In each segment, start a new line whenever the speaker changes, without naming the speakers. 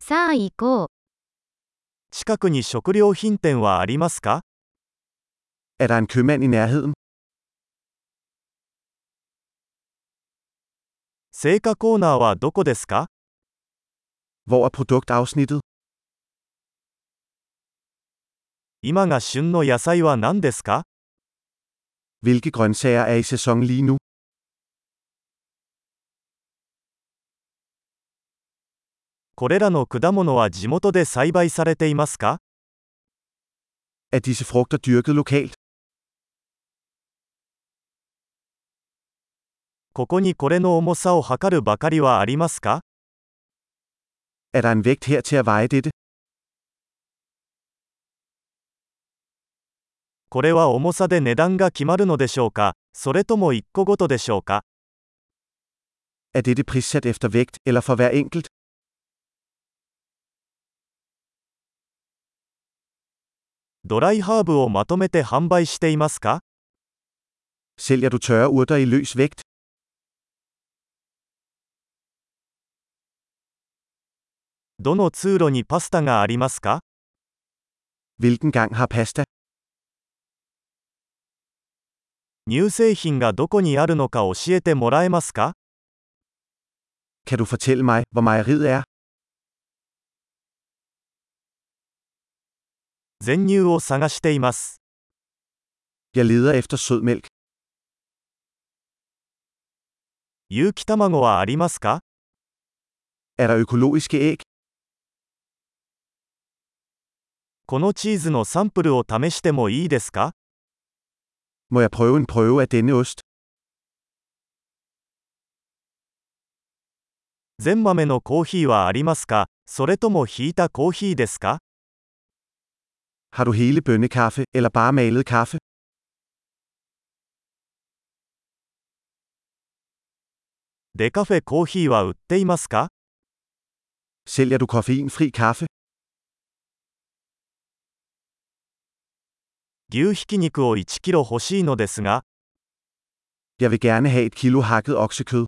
さあ行こう。
近くに食料品店はありますか
Er der en købmand i nærheden?
青果コーナーはどこですか
Hvor er produktafsnittet?
今が旬の野菜は何ですか
Hvilke grøntsager er i sæson lige nu?
これらの果物は地元で栽培されていますか
Er disse frugter dyrket lokalt?
ここにこれの重さを測るばかりはありますか
Er der en vægt her til at veje dette?
これは重さで値段が決まるのでしょうかそれとも1個ごとでしょうか
Er dette prissat efter vægt eller for hver enkelt?
ドライハーブをまとめて販売していますか
Sælger du tørre urter i løs vægt?
どの通路にパスタがありますか
Hvilken gang har pasta?
乳製品がどこにあるのか教えてもらえますか
Kan du fortælle mig, hvor mejeriet er?
全乳を探しています。
Jeg leder efter sødmælk.
有機卵はありますか
Er der økologiske æg?
このチーズのサンプルを試してもいいですか
Må jeg prøve en prøve af denne ost?
全豆のコーヒーはありますかそれともひいたコーヒーですか
Har du hele bønnekaffe eller bare malet kaffe?
デカフェコーヒーは売っていますか
Sælger du koffeinfri kaffe?
牛ひき肉を1キロ欲しいのですが、
Jeg vil gerne have et kilo hakket oksekød.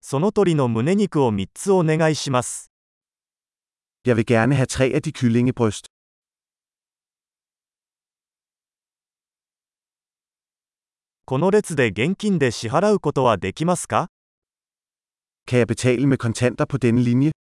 その鳥の胸肉を3つお願いします。
Jeg vil gerne have tre af de kyllingebryst.
この列で現金で支払うことはできますか
Kan jeg betale med kontanter på denne linje?